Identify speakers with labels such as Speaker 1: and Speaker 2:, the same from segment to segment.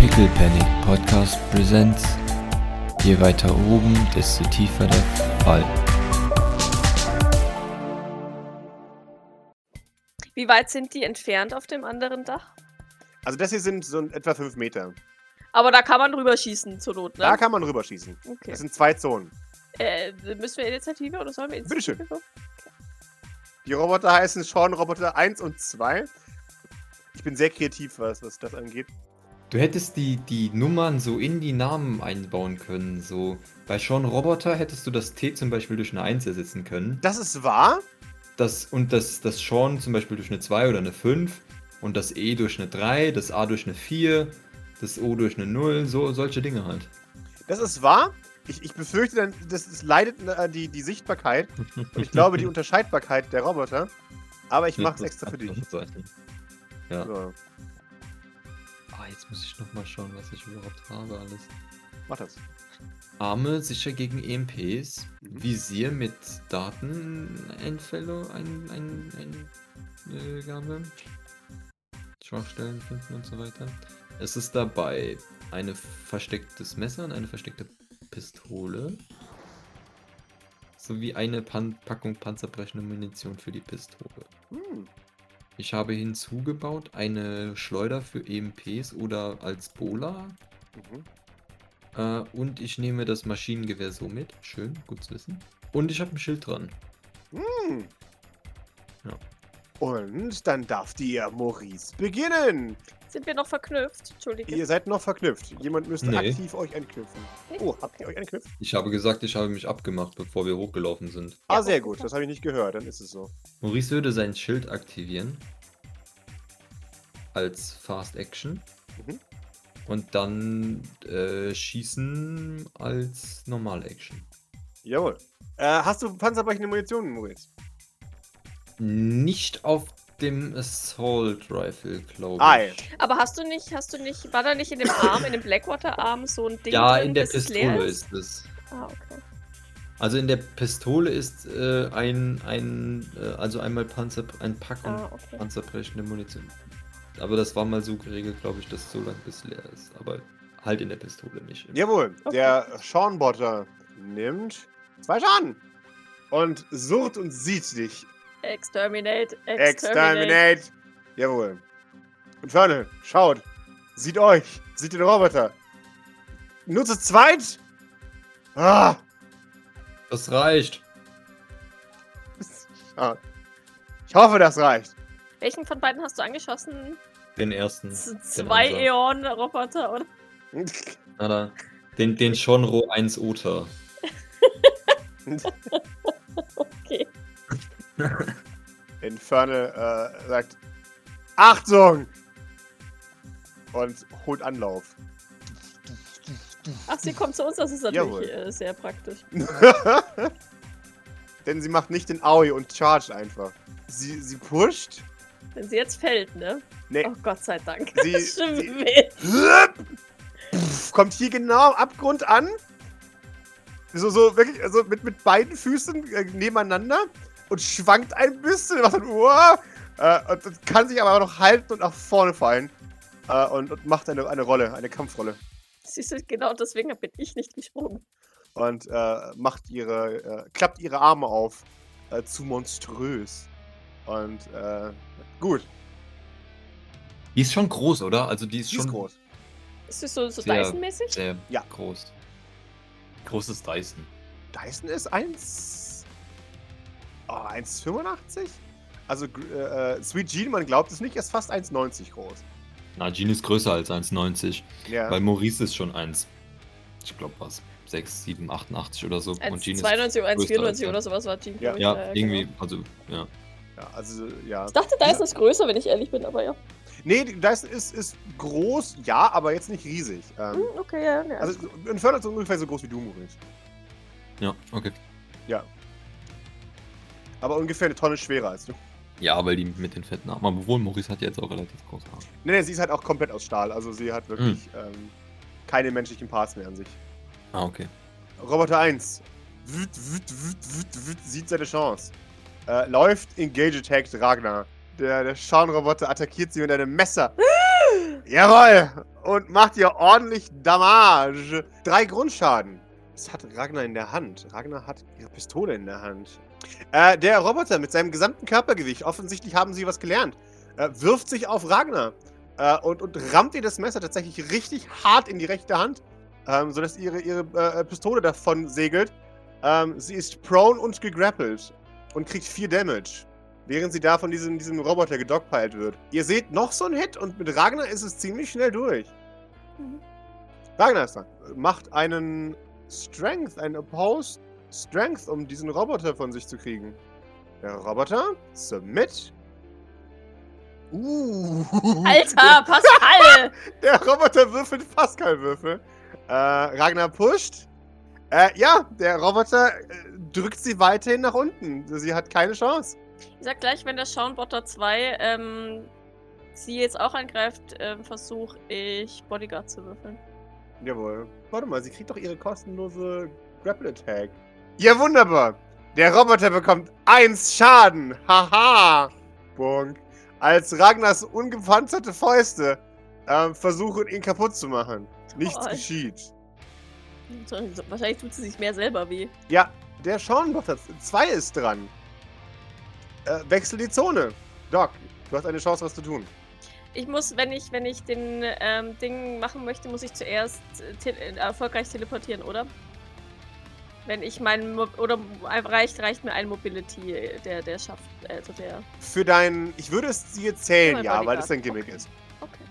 Speaker 1: Little Panic Podcast Presents. Je weiter oben, desto tiefer der Fall.
Speaker 2: Wie weit sind die entfernt auf dem anderen Dach?
Speaker 3: Also das hier sind so etwa 5 Meter.
Speaker 2: Aber da kann man drüber schießen zur Not, ne?
Speaker 3: Da kann man rüberschießen.
Speaker 2: okay.
Speaker 3: Das sind zwei Zonen.
Speaker 2: äh, müssen wir Initiative oder sollen wir Initiative?
Speaker 3: Bitteschön.
Speaker 2: Bitteschön.
Speaker 3: Die Roboter heißen Schornroboter 1 und 2. Ich bin sehr kreativ, was, was das angeht.
Speaker 1: Du hättest die, die Nummern so in die Namen einbauen können. So bei Sean Roboter hättest du das T zum Beispiel durch eine 1 ersetzen können.
Speaker 3: Das ist wahr.
Speaker 1: Das, und das, das Sean zum Beispiel durch eine 2 oder eine 5. Und das E durch eine 3, das A durch eine 4, das O durch eine 0, so solche Dinge halt.
Speaker 3: Das ist wahr. Ich, ich befürchte, dann, das, das leidet äh, die, die Sichtbarkeit und ich glaube die Unterscheidbarkeit der Roboter. Aber ich mache es extra für dich.
Speaker 1: Ja.
Speaker 3: So,
Speaker 1: Ah, jetzt muss ich nochmal schauen, was ich überhaupt habe alles.
Speaker 3: mach das.
Speaker 1: Arme sicher gegen EMPs, Visier mit Dateneinfälle, ein, ein, Eingabe, Schwachstellen finden und so weiter. Es ist dabei ein verstecktes Messer und eine versteckte Pistole. Sowie eine Pan Packung panzerbrechende Munition für die Pistole.
Speaker 3: Hm.
Speaker 1: Ich habe hinzugebaut eine Schleuder für EMPs oder als Bola
Speaker 3: Mhm.
Speaker 1: äh, und ich nehme das Maschinengewehr so mit. Schön, gut zu wissen. Und ich habe ein Schild dran.
Speaker 3: Hm.
Speaker 1: Ja.
Speaker 3: Und dann darf dir Maurice beginnen.
Speaker 2: Sind wir noch verknüpft? Entschuldige.
Speaker 3: Ihr seid noch verknüpft. Jemand müsste
Speaker 1: Nee.
Speaker 3: aktiv euch anknüpfen.
Speaker 2: Nicht?
Speaker 3: Oh, habt ihr euch anknüpft?
Speaker 1: Ich habe gesagt, ich habe mich abgemacht, bevor wir hochgelaufen sind.
Speaker 3: Ah,
Speaker 2: Ja,
Speaker 3: sehr
Speaker 2: gut.
Speaker 3: gut. Das habe ich nicht gehört. Dann ist es so.
Speaker 1: Maurice würde sein Schild aktivieren. Als Fast Action.
Speaker 3: Mhm.
Speaker 1: Und dann äh, schießen als Normal Action.
Speaker 3: Jawohl. Äh, hast du panzerbrechende Munition, Maurice?
Speaker 1: Nicht auf dem Assault Rifle, glaube
Speaker 3: Ah,
Speaker 1: ich.
Speaker 2: Aber hast du nicht, hast du nicht, war da nicht in dem Arm, in dem Blackwater-Arm so ein Ding
Speaker 1: Ja,
Speaker 2: drin,
Speaker 1: in der
Speaker 2: bis es leer
Speaker 1: Pistole ist es.
Speaker 2: Ah, okay.
Speaker 1: Also in der Pistole ist äh, ein, ein äh, also einmal Panzer, ein Pack und
Speaker 2: Ah, okay.
Speaker 1: panzerbrechende Munition. Aber das war mal so geregelt, glaube ich, dass es so lang bis leer ist. Aber halt in der Pistole nicht. im-
Speaker 3: Jawohl.
Speaker 2: Okay.
Speaker 3: Der Sean-Botter nimmt zwei Schaden. Und surrt und sieht dich.
Speaker 2: Exterminate, exterminate.
Speaker 3: Exterminate. Jawohl. Und Ferne, schaut. Sieht euch. Sieht den Roboter. Nur zu zweit? Ah.
Speaker 1: Das reicht.
Speaker 3: ah. Ich hoffe, das reicht.
Speaker 2: Welchen von beiden hast du angeschossen?
Speaker 1: Den ersten.
Speaker 2: Z zwei
Speaker 1: unser.
Speaker 2: Eon-Roboter, oder?
Speaker 1: Na, da. Den, den Shonro 1 Ota.
Speaker 2: Okay.
Speaker 3: in Ferne äh, sagt: Achtung! Und holt Anlauf.
Speaker 2: Ach, sie kommt zu uns, das ist natürlich
Speaker 3: Jawohl.
Speaker 2: äh, sehr praktisch.
Speaker 3: Denn sie macht nicht den Aoi und charge einfach. Sie, sie pusht.
Speaker 2: Wenn sie jetzt fällt, ne?
Speaker 3: Nee.
Speaker 2: Oh Gott sei Dank.
Speaker 3: Sie-
Speaker 2: das ist schon
Speaker 3: sie-
Speaker 2: weh.
Speaker 3: Pff, kommt hier genau am Abgrund an. So, so wirklich, also mit, mit beiden Füßen äh, nebeneinander und schwankt ein bisschen. Macht dann, uah, äh, und, und kann sich aber noch halten und nach vorne fallen. Äh, und, und macht eine, eine Rolle, eine Kampfrolle.
Speaker 2: Siehst du, genau deswegen bin ich nicht gesprungen.
Speaker 3: und äh, macht ihre, äh, klappt ihre Arme auf. Äh, zu monströs. Und äh, gut,
Speaker 1: Die ist schon groß, oder? Also die ist
Speaker 3: sie ist groß.
Speaker 2: Ist das so, so
Speaker 1: Sehr-
Speaker 2: Dyson-mäßig?
Speaker 1: Sehr
Speaker 3: Ja.
Speaker 1: groß. Großes Dyson.
Speaker 3: Dyson ist 1. Oh, 1,85? Also, gr- äh, äh, Sweet Jean, man glaubt es nicht, ist fast 1,90 groß.
Speaker 1: Na, Jean ist größer als 1,90.
Speaker 3: Ja.
Speaker 1: Weil Maurice ist schon 1. Ich glaube, was? 6, 7, 88 oder so. Und Jean ist.
Speaker 2: 1,92 oder 1,94
Speaker 1: größer
Speaker 2: oder
Speaker 1: als
Speaker 2: sowas war Jean.
Speaker 3: Ja.
Speaker 2: glaub ich.
Speaker 1: Ja, irgendwie.
Speaker 2: Genau.
Speaker 1: Also, ja.
Speaker 3: ja also, ja.
Speaker 2: Ich dachte, Dyson ist größer, wenn ich ehrlich bin, aber ja.
Speaker 3: Nee, die Dyson ist, ist groß, ja, aber jetzt nicht riesig. Ähm,
Speaker 2: Hm, okay, ja, ja.
Speaker 3: also, in Förder ist ungefähr so groß wie du, Maurice.
Speaker 1: Ja, okay.
Speaker 3: Aber ungefähr eine Tonne schwerer als du.
Speaker 1: Ja, weil die mit den fetten Armen. Obwohl, Maurice hat ja jetzt auch relativ große Arme.
Speaker 3: Nee, nee, sie ist halt auch komplett aus Stahl. Also sie hat wirklich ähm, keine menschlichen Parts mehr an sich.
Speaker 1: Ah, okay.
Speaker 3: Roboter 1. Wüt, wüt, wüt, wüt, wüt, sieht seine Chance. Äh, läuft, engage attacked Ragnar. Der, der Schaunroboter attackiert sie mit einem Messer. Jawoll! und macht ihr ordentlich Damage. Drei Grundschaden. Das hat Ragnar in der Hand. Ragnar hat ihre Pistole in der Hand. Äh, der Roboter mit seinem gesamten Körpergewicht, offensichtlich haben sie was gelernt, äh, wirft sich auf Ragnar äh, und, und rammt ihr das Messer tatsächlich richtig hart in die rechte Hand, ähm, sodass ihre, ihre äh, Pistole davon segelt. Ähm, sie ist prone und gegrappelt und kriegt 4 Damage, während sie da von diesem, diesem Roboter gedockpeilt wird. Ihr seht noch so einen Hit und mit Ragnar ist es ziemlich schnell durch.
Speaker 2: Mhm.
Speaker 3: Ragnar ist dran. Macht einen Strength, einen Opposed Strength, um diesen Roboter von sich zu kriegen. Der Roboter, submit. Uh.
Speaker 2: Alter, Pascal!
Speaker 3: Der Roboter würfelt Pascal-Würfel. Äh, Ragnar pusht. Äh, ja, der Roboter äh, drückt sie weiterhin nach unten. Sie hat keine Chance.
Speaker 2: Ich sag gleich, wenn der Schaunbotter 2 ähm, sie jetzt auch angreift, ähm, versuche ich Bodyguard zu würfeln.
Speaker 3: Jawohl. Warte mal, sie kriegt doch ihre kostenlose Grapple Attack. Ja, wunderbar. Der Roboter bekommt eins Schaden. Haha. Bonk. Als Ragnars ungepanzerte Fäuste ähm, versuchen, ihn kaputt zu machen. Nichts
Speaker 2: Toll.
Speaker 3: geschieht.
Speaker 2: So- Wahrscheinlich tut sie sich mehr selber weh.
Speaker 3: Ja, der Schornbotter 2 ist dran. Äh, wechsel die Zone. Doc, du hast eine Chance, was zu tun.
Speaker 2: Ich muss, wenn ich, wenn ich den ähm, Ding machen möchte, muss ich zuerst äh, te äh, erfolgreich teleportieren, oder? Wenn ich meinen Mo oder reicht, reicht mir ein Mobility, äh, der, der schafft, also der.
Speaker 3: Für deinen. Ich würde es dir zählen,
Speaker 2: Mein
Speaker 3: ja, weil
Speaker 2: Bodyguard.
Speaker 3: es dein Gimmick
Speaker 2: Okay.
Speaker 3: ist.
Speaker 2: Okay.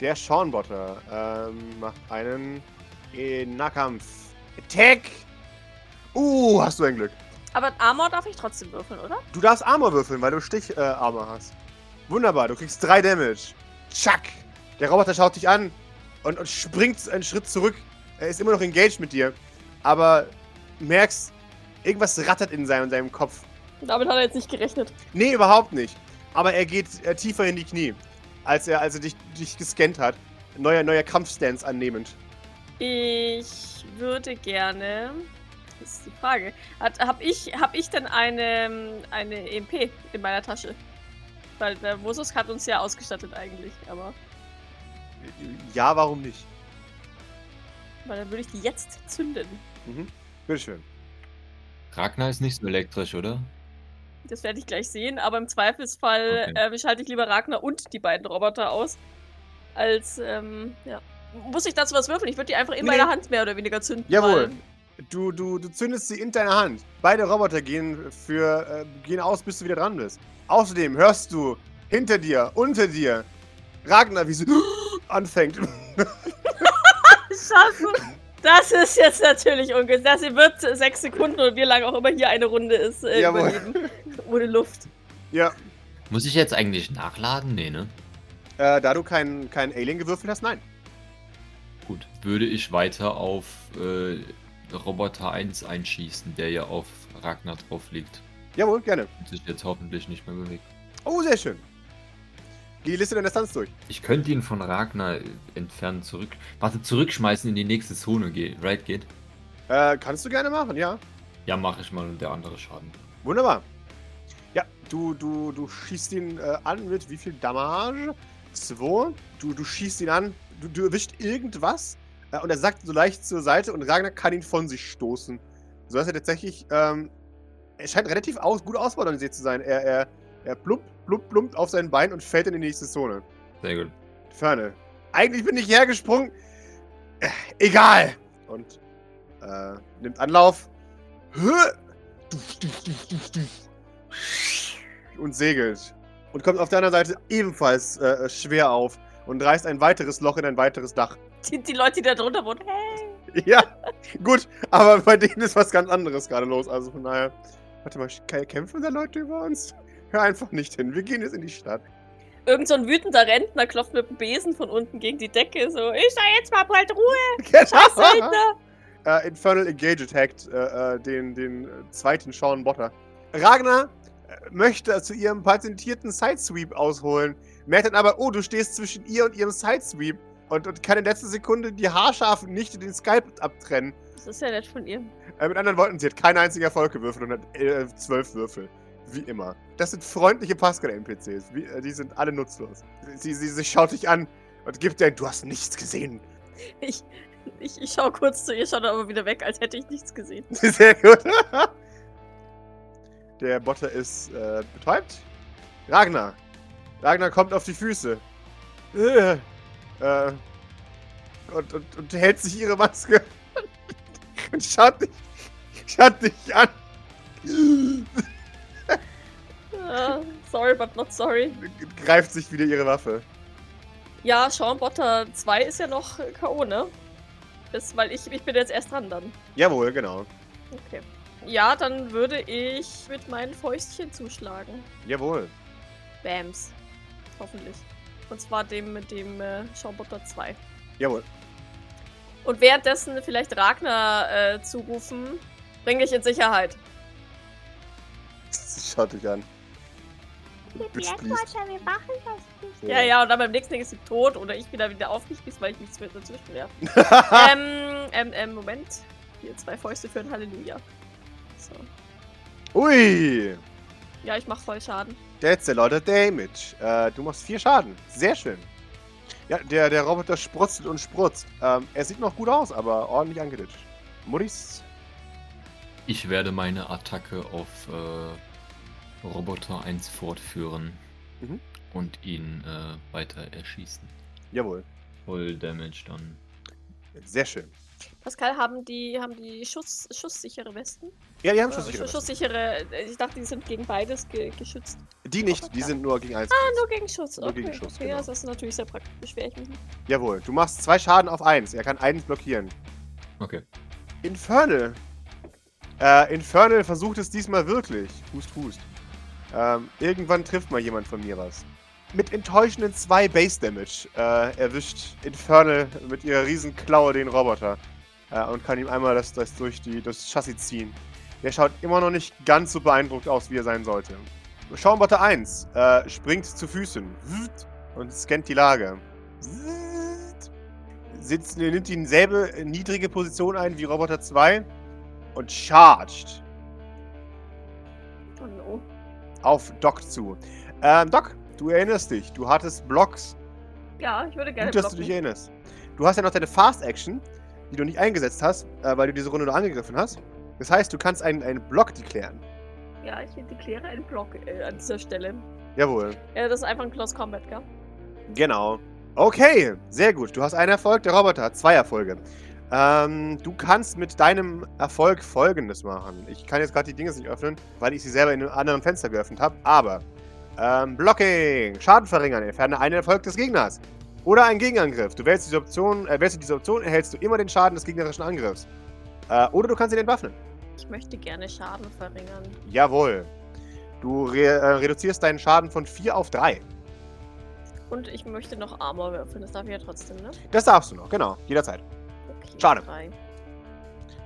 Speaker 3: Der Schornbotter ähm, macht einen äh, Nahkampf. Attack! Uh, hast du ein Glück.
Speaker 2: Aber Armor darf ich trotzdem würfeln, oder?
Speaker 3: Du darfst Armor würfeln, weil du Stich äh, Armor hast. Wunderbar, du kriegst 3 Damage. Tschack! Der Roboter schaut dich an und, und springt einen Schritt zurück. Er ist immer noch engaged mit dir, aber merkst, irgendwas rattert in seinem, seinem Kopf.
Speaker 2: Damit hat er jetzt nicht gerechnet.
Speaker 3: Nee, überhaupt nicht. Aber er geht äh, tiefer in die Knie, als er, als er dich, dich gescannt hat. Neuer, neuer Kampfstance annehmend.
Speaker 2: Ich würde gerne. Das ist die Frage. Hat, hab, ich, hab ich denn eine, eine EMP in meiner Tasche? Weil der Vosus hat uns ja ausgestattet eigentlich, aber.
Speaker 3: Ja, warum nicht?
Speaker 2: Weil dann würde ich die jetzt zünden.
Speaker 3: Mhm. Bitteschön.
Speaker 1: Ragnar ist nicht so elektrisch, oder?
Speaker 2: Das werde ich gleich sehen, aber im Zweifelsfall äh, schalte ich lieber Ragnar und die beiden Roboter aus. Als, ähm, ja. Muss ich dazu was würfeln? Ich würde die einfach in
Speaker 3: Nee.
Speaker 2: meiner Hand mehr oder weniger zünden.
Speaker 3: Jawohl.
Speaker 2: weil-
Speaker 3: Du, du, du zündest sie in deine Hand. Beide Roboter gehen, für, äh, gehen aus, bis du wieder dran bist. Außerdem hörst du hinter dir, unter dir, Ragnar, wie sie anfängt.
Speaker 2: Schaffen! Das ist jetzt natürlich ungünstig. Das hier wird sechs Sekunden und wie lang auch immer hier eine Runde ist, äh,
Speaker 3: Jawohl.
Speaker 2: überleben. Ohne Luft.
Speaker 3: ja,
Speaker 1: Muss ich jetzt eigentlich nachladen? Nee, ne?
Speaker 3: äh, da du keinen keinen Alien gewürfelt hast, nein.
Speaker 1: Gut. Würde ich weiter auf äh, Roboter 1 einschießen, der ja auf Ragnar drauf liegt.
Speaker 3: Jawohl, gerne.
Speaker 1: Und sich jetzt hoffentlich nicht mehr bewegt.
Speaker 3: Oh, sehr schön. Geh die Liste deiner Stunts durch.
Speaker 1: Ich könnte ihn von Ragnar äh, entfernen zurück. Warte, zurückschmeißen in die nächste Zone geht. Right geht.
Speaker 3: Äh, kannst du gerne machen, ja.
Speaker 1: Ja, mache ich mal und der andere Schaden.
Speaker 3: Wunderbar. Ja, du, du, du schießt ihn äh, an mit wie viel Damage? Zwei. Du, du schießt ihn an, du, du erwischt irgendwas äh, und er sackt so leicht zur Seite und Ragnar kann ihn von sich stoßen. So dass er tatsächlich, ähm, er scheint relativ aus, gut ausbalanciert zu sein. Er, er, er plump, plump, plumpt auf seinen Bein und fällt in die nächste Zone.
Speaker 1: Sehr gut.
Speaker 3: Ferne. Eigentlich bin ich hergesprungen. Äh, Egal. Und äh, nimmt Anlauf. Hö! Duf, duf, duf, duf, duf. Und segelt. Und kommt auf der anderen Seite ebenfalls äh, schwer auf und reißt ein weiteres Loch in ein weiteres Dach.
Speaker 2: Die, die Leute, die da drunter wohnen, hey.
Speaker 3: Ja, gut, aber bei denen ist was ganz anderes gerade los. Also von daher, warte mal, kä- kämpfen da Leute über uns? Hör einfach nicht hin. Wir gehen jetzt in die Stadt.
Speaker 2: Irgend so ein wütender Rentner klopft mit dem Besen von unten gegen die Decke. So, ich sei jetzt mal bald Ruhe, scheiß Söldner.
Speaker 3: äh, Infernal Engage attackt äh, äh, den, den äh, zweiten Sean Botter. Ragnar äh, möchte zu ihrem patentierten Sidesweep ausholen, merkt dann aber, oh, du stehst zwischen ihr und ihrem Sidesweep und, und kann in letzter Sekunde die haarscharfen Nichte den Skype abtrennen.
Speaker 2: Das ist ja nett von ihr.
Speaker 3: Äh, mit anderen Worten, sie hat keinen einzigen Erfolg gewürfelt und hat äh, zwölf Würfel. Wie immer. Das sind freundliche Pascal-NPCs. Wie- Äh, die sind alle nutzlos. Sie, sie, sie schaut dich an und gibt dir ein, du hast nichts gesehen.
Speaker 2: Ich, ich, ich schaue kurz zu ihr, schaue dann aber wieder weg, als hätte ich nichts gesehen.
Speaker 3: Sehr gut. Der Botter ist äh, betäubt. Ragnar. Ragnar kommt auf die Füße. Äh, äh, und, und, und hält sich ihre Maske. und schaut dich, schaut dich an.
Speaker 2: Ah, sorry, but not sorry.
Speaker 3: Greift sich wieder ihre Waffe.
Speaker 2: Ja, Sean Botter 2 ist ja noch K.O., ne? Das, weil ich, ich bin jetzt erst dran dann.
Speaker 3: Jawohl, genau.
Speaker 2: Okay. Ja, dann würde ich mit meinen Fäustchen zuschlagen.
Speaker 3: Jawohl.
Speaker 2: Bams. Hoffentlich. Und zwar dem mit dem äh, Sean Botter 2.
Speaker 3: Jawohl.
Speaker 2: Und währenddessen vielleicht Ragnar äh, zurufen, bring dich in Sicherheit.
Speaker 3: Schaut dich an.
Speaker 4: Mit
Speaker 3: Bitch,
Speaker 4: Black
Speaker 3: please.
Speaker 4: Watcher, wir machen das nicht.
Speaker 2: Ja, ja, und dann beim nächsten Ding ist sie tot oder ich bin da wieder aufgespießt, weil ich nichts mehr dazwischen werfe. ähm, ähm, ähm, Moment. Hier zwei Fäuste für ein Halleluja. So.
Speaker 3: Ui!
Speaker 2: Ja, ich mach voll Schaden.
Speaker 3: That's a lot of damage. Äh, du machst vier Schaden. Sehr schön. Ja, der, der Roboter sprutzelt und sprutzt. Ähm, er sieht noch gut aus, aber ordentlich angeditscht. Muris?
Speaker 1: Ich werde meine Attacke auf äh, Roboter 1 fortführen
Speaker 3: Mhm.
Speaker 1: und ihn äh, weiter erschießen.
Speaker 3: Jawohl.
Speaker 1: Voll Damage dann.
Speaker 3: Sehr schön.
Speaker 2: Pascal, haben die, haben die Schuss, schusssichere Westen?
Speaker 3: Ja, die haben
Speaker 2: Äh,
Speaker 3: schon sicher.
Speaker 2: Schuss- schusssichere, äh, ich dachte, die sind gegen beides ge geschützt.
Speaker 3: Die nicht, die sind nur gegen eins.
Speaker 2: Ah, nur gegen Schuss.
Speaker 3: Nur
Speaker 2: okay.
Speaker 3: gegen Schuss,
Speaker 2: okay.
Speaker 3: genau.
Speaker 2: Ja, das ist natürlich sehr praktisch, wäre ich mich nicht.
Speaker 3: Jawohl. Du machst zwei Schaden auf eins. Er kann eins blockieren.
Speaker 1: Okay.
Speaker 3: Infernal. Äh, Infernal versucht es diesmal wirklich. Hust, hust. Ähm, irgendwann trifft mal jemand von mir was. Mit enttäuschenden zwei Base Damage äh, erwischt Infernal mit ihrer riesen Klaue den Roboter äh, und kann ihm einmal das, das durch die, das Chassis ziehen. Der schaut immer noch nicht ganz so beeindruckt aus, wie er sein sollte. Schaumbotter 1 äh, springt zu Füßen Wzt. und scannt die Lage. Wzt sitzt, nimmt dieselbe äh, niedrige Position ein wie Roboter 2 und charged
Speaker 2: Oh no.
Speaker 3: auf Doc zu. Ähm, Doc, du erinnerst dich, du hattest Blocks.
Speaker 2: Ja, ich würde gerne
Speaker 3: Gut, dass du
Speaker 2: blocken.
Speaker 3: dich erinnerst. Du hast ja noch deine Fast Action, die du nicht eingesetzt hast, äh, weil du diese Runde nur angegriffen hast. Das heißt, du kannst einen, einen Block deklären.
Speaker 2: Ja, ich dekläre einen Block äh, an dieser Stelle.
Speaker 3: Jawohl.
Speaker 2: Ja, das ist einfach ein Close Combat, gell?
Speaker 3: Genau. Okay, sehr gut. Du hast einen Erfolg, der Roboter hat zwei Erfolge. Ähm, du kannst mit deinem Erfolg folgendes machen. Ich kann jetzt gerade die Dinge nicht öffnen, weil ich sie selber in einem anderen Fenster geöffnet habe, aber ähm, Blocking, Schaden verringern, entferne einen Erfolg des Gegners. Oder einen Gegenangriff. Du wählst diese Option, äh, wählst du diese Option, erhältst du immer den Schaden des gegnerischen Angriffs. Äh, oder du kannst ihn entwaffnen.
Speaker 2: Ich möchte gerne Schaden verringern.
Speaker 3: Jawohl. Du re äh, reduzierst deinen Schaden von 4 auf 3.
Speaker 2: Und ich möchte noch Armor würfeln, das darf ich ja trotzdem, ne?
Speaker 3: Das darfst du noch, genau, jederzeit.
Speaker 2: Okay,
Speaker 3: Schade.
Speaker 2: drei.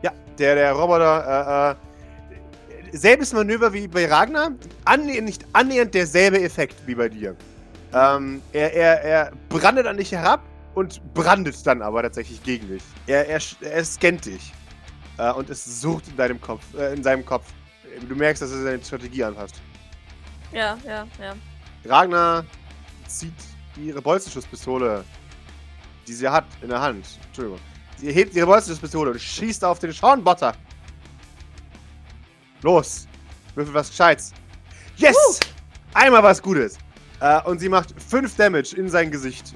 Speaker 3: Ja, der, der Roboter, äh, äh, selbes Manöver wie bei Ragnar, annäher, nicht annähernd derselbe Effekt wie bei dir. Ähm, er, er, er brandet an dich herab und brandet dann aber tatsächlich gegen dich. Er, er, sch- er scannt dich. Äh, und es surrt in deinem Kopf, äh, in seinem Kopf. Du merkst, dass er seine Strategie anpasst.
Speaker 2: Ja, ja, ja.
Speaker 3: Ragnar zieht ihre Bolzenschusspistole, die sie hat, in der Hand. Entschuldigung. Sie hebt ihre Bolzenschusspistole und schießt auf den Schornbotter. Los, würfel was Gescheites. Yes! Einmal was Gutes. Äh, und sie macht 5 Damage in sein Gesicht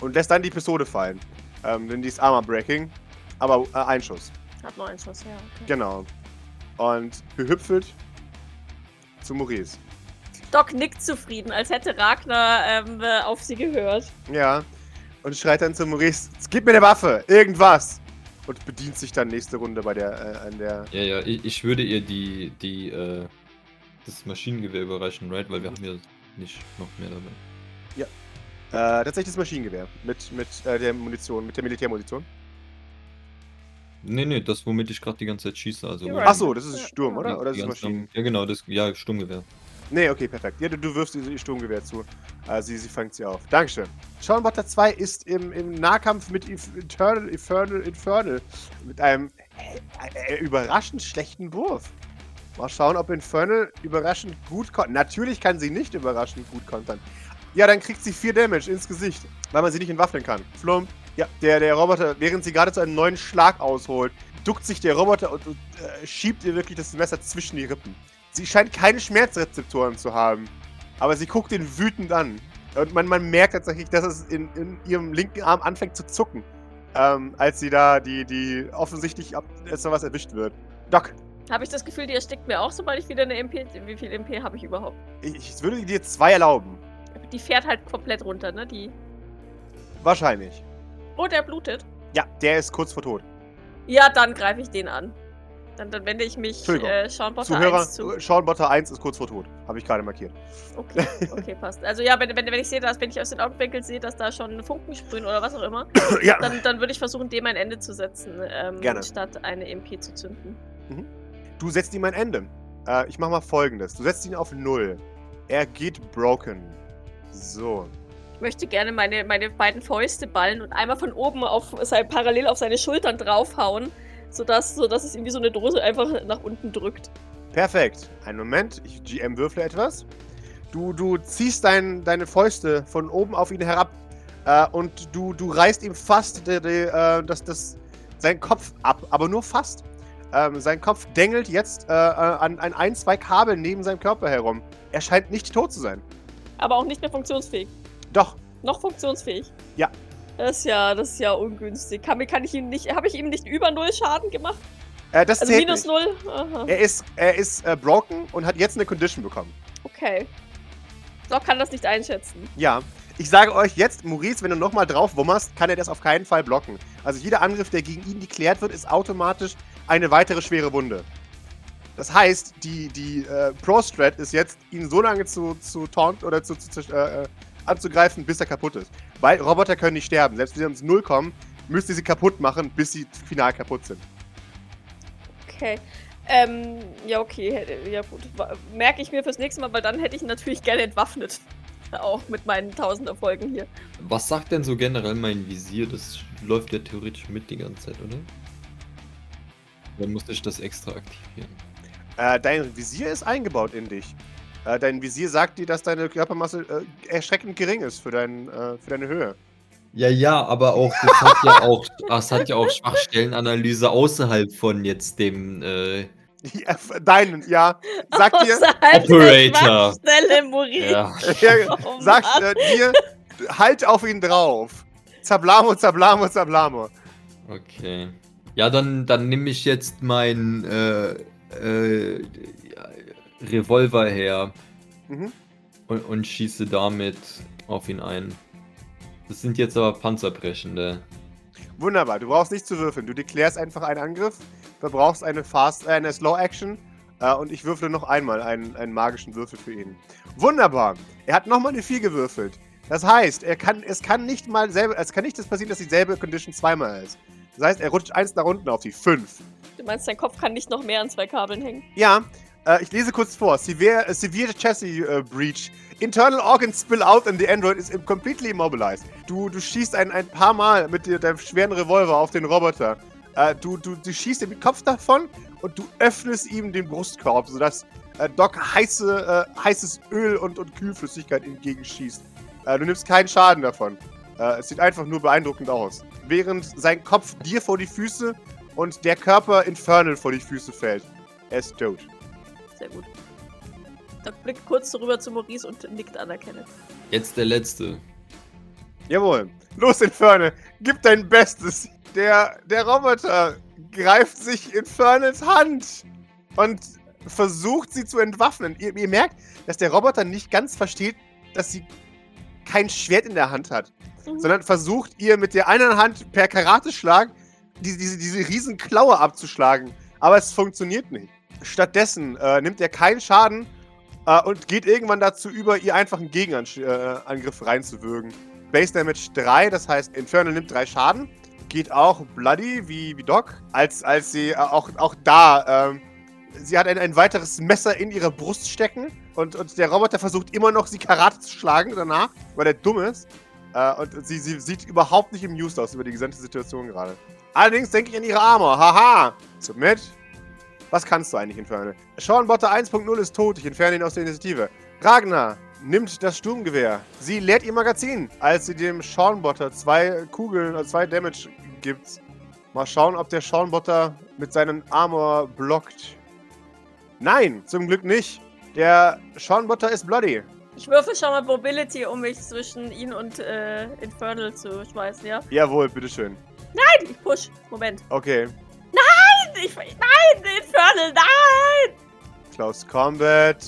Speaker 3: und lässt dann die Pistole fallen. Ähm, denn die ist Armor-Breaking, aber äh, ein Schuss.
Speaker 2: Hat nur einen Schuss, ja. Okay.
Speaker 3: Genau. Und gehüpfelt zu Maurice.
Speaker 2: Doc nickt zufrieden, als hätte Ragnar ähm, äh, auf sie gehört.
Speaker 3: Ja. Und schreit dann zu Maurice, gib mir eine Waffe, irgendwas. Und bedient sich dann nächste Runde bei der, äh, an der...
Speaker 1: Ja, ja, ich, ich würde ihr die, die, äh, das Maschinengewehr überreichen, right? Weil wir
Speaker 3: Mhm.
Speaker 1: haben ja nicht noch mehr dabei.
Speaker 3: Äh, tatsächlich das Maschinengewehr mit, mit äh, der Munition, mit der Militärmunition.
Speaker 1: Nee, nee, das, womit ich gerade die ganze Zeit schieße. Also,
Speaker 2: Ja,
Speaker 1: womit-
Speaker 3: Ach so, das ist
Speaker 2: Ja,
Speaker 3: Sturm,
Speaker 2: ja.
Speaker 3: oder? Oder das
Speaker 1: die
Speaker 3: ist
Speaker 1: ganzen-
Speaker 3: Maschinen?
Speaker 1: Ja, genau, das, ja, Sturmgewehr.
Speaker 3: Nee, okay, perfekt. Ja, du, du wirfst ihr ihr Sturmgewehr zu. Äh, sie, sie fängt sie auf. Dankeschön. Schauenbotter 2 ist im, im Nahkampf mit Inf- Internal, Infernal, Infernal mit einem äh, äh, überraschend schlechten Wurf. Mal schauen, ob Infernal überraschend gut kontert. Natürlich kann sie nicht überraschend gut kontern. Ja, dann kriegt sie 4 Damage ins Gesicht. weil man sie nicht entwaffnen kann. Flump. Ja, der, der Roboter, während sie gerade zu einem neuen Schlag ausholt, duckt sich der Roboter und, und äh, schiebt ihr wirklich das Messer zwischen die Rippen. Sie scheint keine Schmerzrezeptoren zu haben, aber sie guckt ihn wütend an. Und man, man merkt tatsächlich, dass es in, in ihrem linken Arm anfängt zu zucken, ähm, als sie da die, die offensichtlich ab, als da was erwischt wird. Doc,
Speaker 2: Habe ich das Gefühl, die erstickt mir auch, sobald ich wieder eine MP. Wie viel MP habe ich überhaupt?
Speaker 3: ich, ich würde dir zwei erlauben.
Speaker 2: Die fährt halt komplett runter, ne? Die.
Speaker 3: Wahrscheinlich.
Speaker 2: Oh, der blutet.
Speaker 3: Ja, der ist kurz vor Tod.
Speaker 2: Ja, dann greife ich den an. Dann, dann wende ich mich
Speaker 3: Entschuldigung.
Speaker 2: äh, Sean Potter 1 zu.
Speaker 3: Zuhörer, oh. äh, Sean Botter 1 ist kurz vor Tod. Habe ich gerade markiert.
Speaker 2: Okay, okay, passt. Also ja, wenn, wenn, wenn ich sehe, dass, wenn ich aus den Augenwinkeln sehe, dass da schon Funken sprühen oder was auch immer,
Speaker 3: ja.
Speaker 2: dann, dann würde ich versuchen, dem ein Ende zu setzen, ähm,
Speaker 3: Gerne.
Speaker 2: statt eine MP zu zünden.
Speaker 3: Du setzt ihm ein Ende. Äh, ich mach mal folgendes. Du setzt ihn auf null. Er geht broken. So.
Speaker 2: Ich möchte gerne meine, meine beiden Fäuste ballen und einmal von oben auf sein, parallel auf seine Schultern draufhauen, sodass, sodass es ihm wie so eine Dose einfach nach unten drückt.
Speaker 3: Perfekt. Einen Moment. Ich GM würfle etwas. Du, du ziehst dein, deine Fäuste von oben auf ihn herab äh, und du, du reißt ihm fast de, de, äh, das, das, seinen Kopf ab, aber nur fast. Ähm, sein Kopf dengelt jetzt äh, äh, an, an ein, zwei Kabeln neben seinem Körper herum. Er scheint nicht tot zu sein.
Speaker 2: Aber auch nicht mehr funktionsfähig.
Speaker 3: Doch,
Speaker 2: Noch funktionsfähig.
Speaker 3: Ja.
Speaker 2: Das ist ja, das ist ja ungünstig. Kann, kann ich ihm nicht. Habe ich ihm nicht über null Schaden gemacht?
Speaker 3: äh, das
Speaker 2: Also
Speaker 3: zählt
Speaker 2: minus
Speaker 3: nicht.
Speaker 2: null? Aha.
Speaker 3: Er ist, er ist äh, broken und hat jetzt eine Condition bekommen.
Speaker 2: Okay. Doc kann das nicht einschätzen.
Speaker 3: Ja. Ich sage euch jetzt, Maurice, wenn du nochmal drauf wummerst, kann er das auf keinen Fall blocken. Also jeder Angriff, der gegen ihn deklärt wird, ist automatisch eine weitere schwere Wunde. Das heißt, die, die äh, Pro-Strat ist jetzt, ihn so lange zu, zu taunt oder zu, zu, zu äh, äh, anzugreifen, bis er kaputt ist. Weil Roboter können nicht sterben. Selbst wenn sie ums Null kommen, müsst ihr sie kaputt machen, bis sie final kaputt sind.
Speaker 2: Okay. Ähm, ja, okay. hätte- Ja, gut. Wa- Merke ich mir fürs nächste Mal, weil dann hätte ich ihn natürlich gerne entwaffnet. Auch mit meinen 1000 Erfolgen hier.
Speaker 1: Was sagt denn so generell mein Visier? Das läuft ja theoretisch mit die ganze Zeit, oder? Dann musste ich das extra aktivieren.
Speaker 3: Äh, dein Visier ist eingebaut in dich. Äh, dein Visier sagt dir, dass deine Körpermasse äh, erschreckend gering ist für, dein, äh, für deine Höhe.
Speaker 1: Ja, ja, aber auch das hat ja auch, das hat ja auch Schwachstellenanalyse außerhalb von jetzt dem äh,
Speaker 3: Ja, f- Deinen, ja.
Speaker 2: Oh,
Speaker 3: Sagt dir,
Speaker 2: Außerhalb der
Speaker 1: Operator.
Speaker 2: Schwachstelle, Maurice.
Speaker 1: ja,
Speaker 3: ja,
Speaker 2: Oh,
Speaker 3: sagt
Speaker 2: Mann.
Speaker 3: äh, dir, halt auf ihn drauf. Zablamo, zablamo, zablamo.
Speaker 1: okay. Ja, dann dann nehme ich jetzt meinen äh, äh, ja, Revolver her
Speaker 3: Mhm.
Speaker 1: und, und schieße damit auf ihn ein. Das sind jetzt aber Panzerbrechende.
Speaker 3: Wunderbar, du brauchst nicht zu würfeln. Du deklärst einfach einen Angriff, verbrauchst eine, Fast, äh, eine Slow Action äh, und ich würfle noch einmal einen, einen magischen Würfel für ihn. Wunderbar, er hat nochmal eine 4 gewürfelt. Das heißt, er kann, es kann nicht mal selber, es kann nicht das passieren, dass dieselbe Condition zweimal ist. Das heißt, er rutscht eins nach unten auf die 5.
Speaker 2: Du meinst, dein Kopf kann nicht noch mehr an zwei Kabeln hängen?
Speaker 3: Ja, äh, ich lese kurz vor. Severe, äh, severe Chassis äh, Breach. Internal organs spill out and the android is completely immobilized. Du, du schießt ein, ein paar Mal mit dir, deinem schweren Revolver auf den Roboter. Äh, du, du, du schießt ihm den Kopf davon und du öffnest ihm den Brustkorb, sodass äh, Doc heiße, äh, heißes Öl und, und Kühlflüssigkeit ihm entgegenschießt. Äh, du nimmst keinen Schaden davon. Äh, es sieht einfach nur beeindruckend aus. Während sein Kopf dir vor die Füße und der Körper Infernal vor die Füße fällt. Er ist tot.
Speaker 2: Sehr gut. Doc blickt kurz rüber zu Maurice und nickt anerkennend.
Speaker 1: Jetzt der letzte.
Speaker 3: Jawohl. Los, Inferne, gib dein Bestes. Der, der Roboter greift sich Infernals Hand und versucht sie zu entwaffnen. Ihr, ihr merkt, dass der Roboter nicht ganz versteht, dass sie kein Schwert in der Hand hat,
Speaker 2: Mhm.
Speaker 3: sondern versucht ihr mit der einen Hand per Karateschlag diese, diese, diese riesen Klaue abzuschlagen. Aber es funktioniert nicht. Stattdessen äh, nimmt er keinen Schaden äh, und geht irgendwann dazu über, ihr einfach einen Gegenangriff äh, Angriff reinzuwürgen. Base Damage 3, das heißt Infernal nimmt 3 Schaden. Geht auch Bloody wie, wie Doc, als, als sie äh, auch, auch da, ähm, sie hat ein, ein weiteres Messer in ihrer Brust stecken und, und der Roboter versucht immer noch, sie Karate zu schlagen danach, weil er dumm ist. Äh, und sie, sie sieht überhaupt nicht amused aus über die gesamte Situation gerade. Allerdings denke ich an ihre Armor, haha. Submit. Was kannst du eigentlich, Infernal? Sean Botter 1.0 ist tot, ich entferne ihn aus der Initiative. Ragnar, nimmt das Sturmgewehr. Sie leert ihr Magazin, als sie dem Schornbotter zwei Kugeln, also zwei Damage gibt. Mal schauen, ob der Schornbotter mit seinem Armor blockt. Nein, zum Glück nicht. Der Schornbotter ist bloody.
Speaker 2: Ich würfe schon mal Mobility, um mich zwischen ihn und äh, Infernal zu schmeißen, ja?
Speaker 3: Jawohl, bitteschön.
Speaker 2: Nein, ich push. Moment.
Speaker 3: Okay,
Speaker 2: Nein, ich, nein, Infernal, nein!
Speaker 3: Close Combat.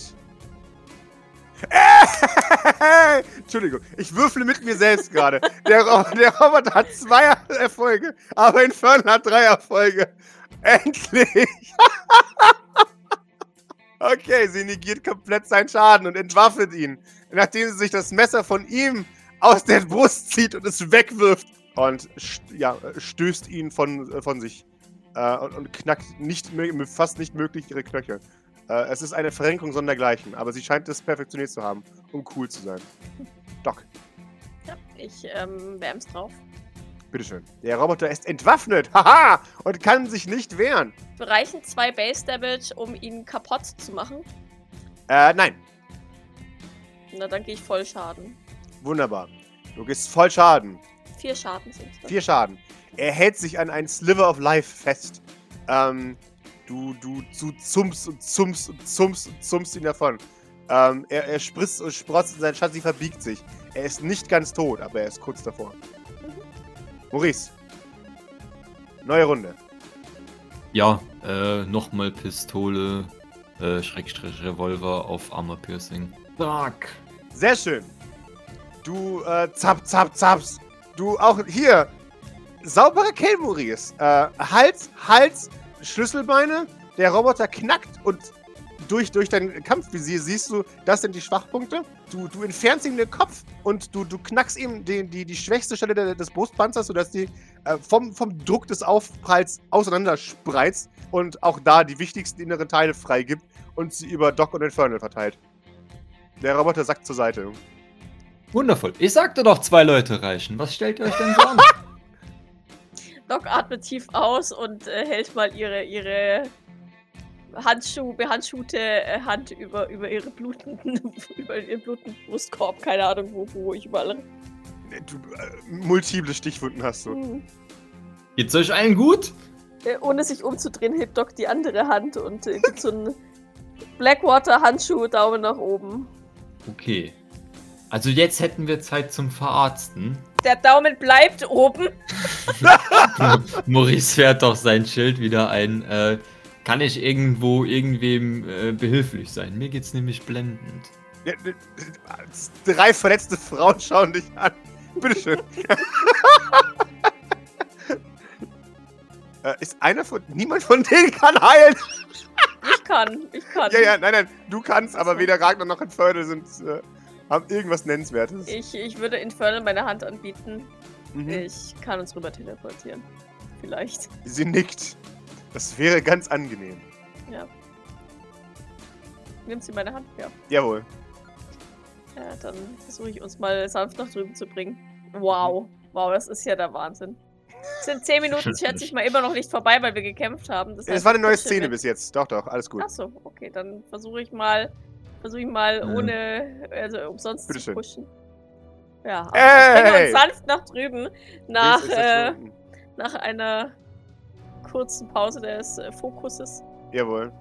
Speaker 3: Äh, Entschuldigung, ich würfle mit mir selbst gerade. Der, Ro- der Roboter hat zwei Erfolge, aber Infernal hat drei Erfolge. Endlich! okay, sie negiert komplett seinen Schaden und entwaffnet ihn, nachdem sie sich das Messer von ihm aus der Brust zieht und es wegwirft und st ja, stößt ihn von, von sich äh, und, und knackt nicht, mö- fast nicht möglich ihre Knöchel. Äh, es ist eine Verrenkung sondergleichen, aber sie scheint es perfektioniert zu haben, um cool zu sein.
Speaker 2: Ja, ich ähm, wärm's drauf.
Speaker 3: Bitteschön. Der Roboter ist entwaffnet, haha, und kann sich nicht wehren.
Speaker 2: Wir reichen zwei Base Damage, um ihn kaputt zu machen.
Speaker 3: Äh, nein.
Speaker 2: Na, dann gehe ich voll Schaden.
Speaker 3: Wunderbar. Du gehst voll Schaden.
Speaker 2: Vier Schaden sind es.
Speaker 3: Vier Schaden. Er hält sich an einen Sliver of Life fest. Ähm, du, du, du zumpst und zumpst und zumpst und zumpst ihn davon. Ähm, er, er spritzt und sprotzt und sein Schatzi verbiegt sich. Er ist nicht ganz tot, aber er ist kurz davor. Maurice. Neue Runde.
Speaker 1: Ja, äh, nochmal Pistole, äh, Schrägstrich Revolver auf Armor Piercing. Fuck.
Speaker 3: Sehr schön. Du äh, zapp, zapp, zappst. Du auch hier. Saubere Kelmuris. Äh, Hals, Hals, Schlüsselbeine. Der Roboter knackt und durch, durch dein Kampfvisier siehst du, das sind die Schwachpunkte. Du, du entfernst ihm den Kopf und du, du knackst ihm den, die, die schwächste Stelle der, des Brustpanzers, sodass die äh, vom, vom Druck des Aufpralls auseinanderspreizt und auch da die wichtigsten inneren Teile freigibt und sie über Doc und Infernal verteilt. Der Roboter sackt zur Seite.
Speaker 1: Wundervoll. Ich sagte doch, zwei Leute reichen. Was stellt ihr euch denn so an?
Speaker 2: Doc atmet tief aus und äh, hält mal ihre, ihre Handschuh, behandschuhte äh, Hand über, über ihre blutenden, über ihren blutenden Brustkorb. Keine Ahnung, wo, wo ich überall.
Speaker 3: Du, äh, multiple Stichwunden hast du.
Speaker 2: Hm.
Speaker 1: Geht's euch allen gut?
Speaker 2: Äh, ohne sich umzudrehen, hebt Doc die andere Hand und äh, gibt so einen Blackwater-Handschuh, Daumen nach oben.
Speaker 1: Okay. Also jetzt hätten wir Zeit zum Verarzten.
Speaker 2: Der Daumen bleibt oben.
Speaker 1: Maurice fährt doch sein Schild wieder ein. Äh, kann ich irgendwo irgendwem äh, behilflich sein? Mir geht's nämlich blendend.
Speaker 3: Ja, d- d- Drei verletzte Frauen schauen dich an. Bitteschön. äh, ist einer von. Niemand von denen kann heilen.
Speaker 2: Ich kann, ich kann.
Speaker 3: Ja, ja, nein, nein, du kannst, aber weder Ragnar noch Infernal sind. Äh, haben irgendwas Nennenswertes.
Speaker 2: Ich, ich würde Infernal meine Hand anbieten.
Speaker 3: Mhm.
Speaker 2: Ich kann uns rüber teleportieren. Vielleicht.
Speaker 3: Sie nickt. Das wäre ganz angenehm.
Speaker 2: Nimmt sie meine Hand? Ja.
Speaker 3: Jawohl.
Speaker 2: ja dann versuche ich uns mal sanft nach drüben zu bringen. Wow. Wow, das ist ja der Wahnsinn. Es sind zehn Minuten, schätze ich mal, immer noch nicht vorbei, weil wir gekämpft haben. Das
Speaker 3: Es war eine neue Szene
Speaker 2: bis
Speaker 3: bis jetzt. Doch, doch, alles gut.
Speaker 2: Achso, okay, dann versuche ich mal, versuche ich mal
Speaker 1: Mhm.
Speaker 2: ohne, also umsonst zu
Speaker 3: Bitteschön.
Speaker 2: pushen. Ja, aber ich bringe
Speaker 3: Ey!
Speaker 2: uns sanft nach drüben, nach,
Speaker 3: Links ist
Speaker 2: äh,
Speaker 3: jetzt unten.
Speaker 2: nach einer kurzen Pause des äh, Fokuses.
Speaker 3: Jawohl.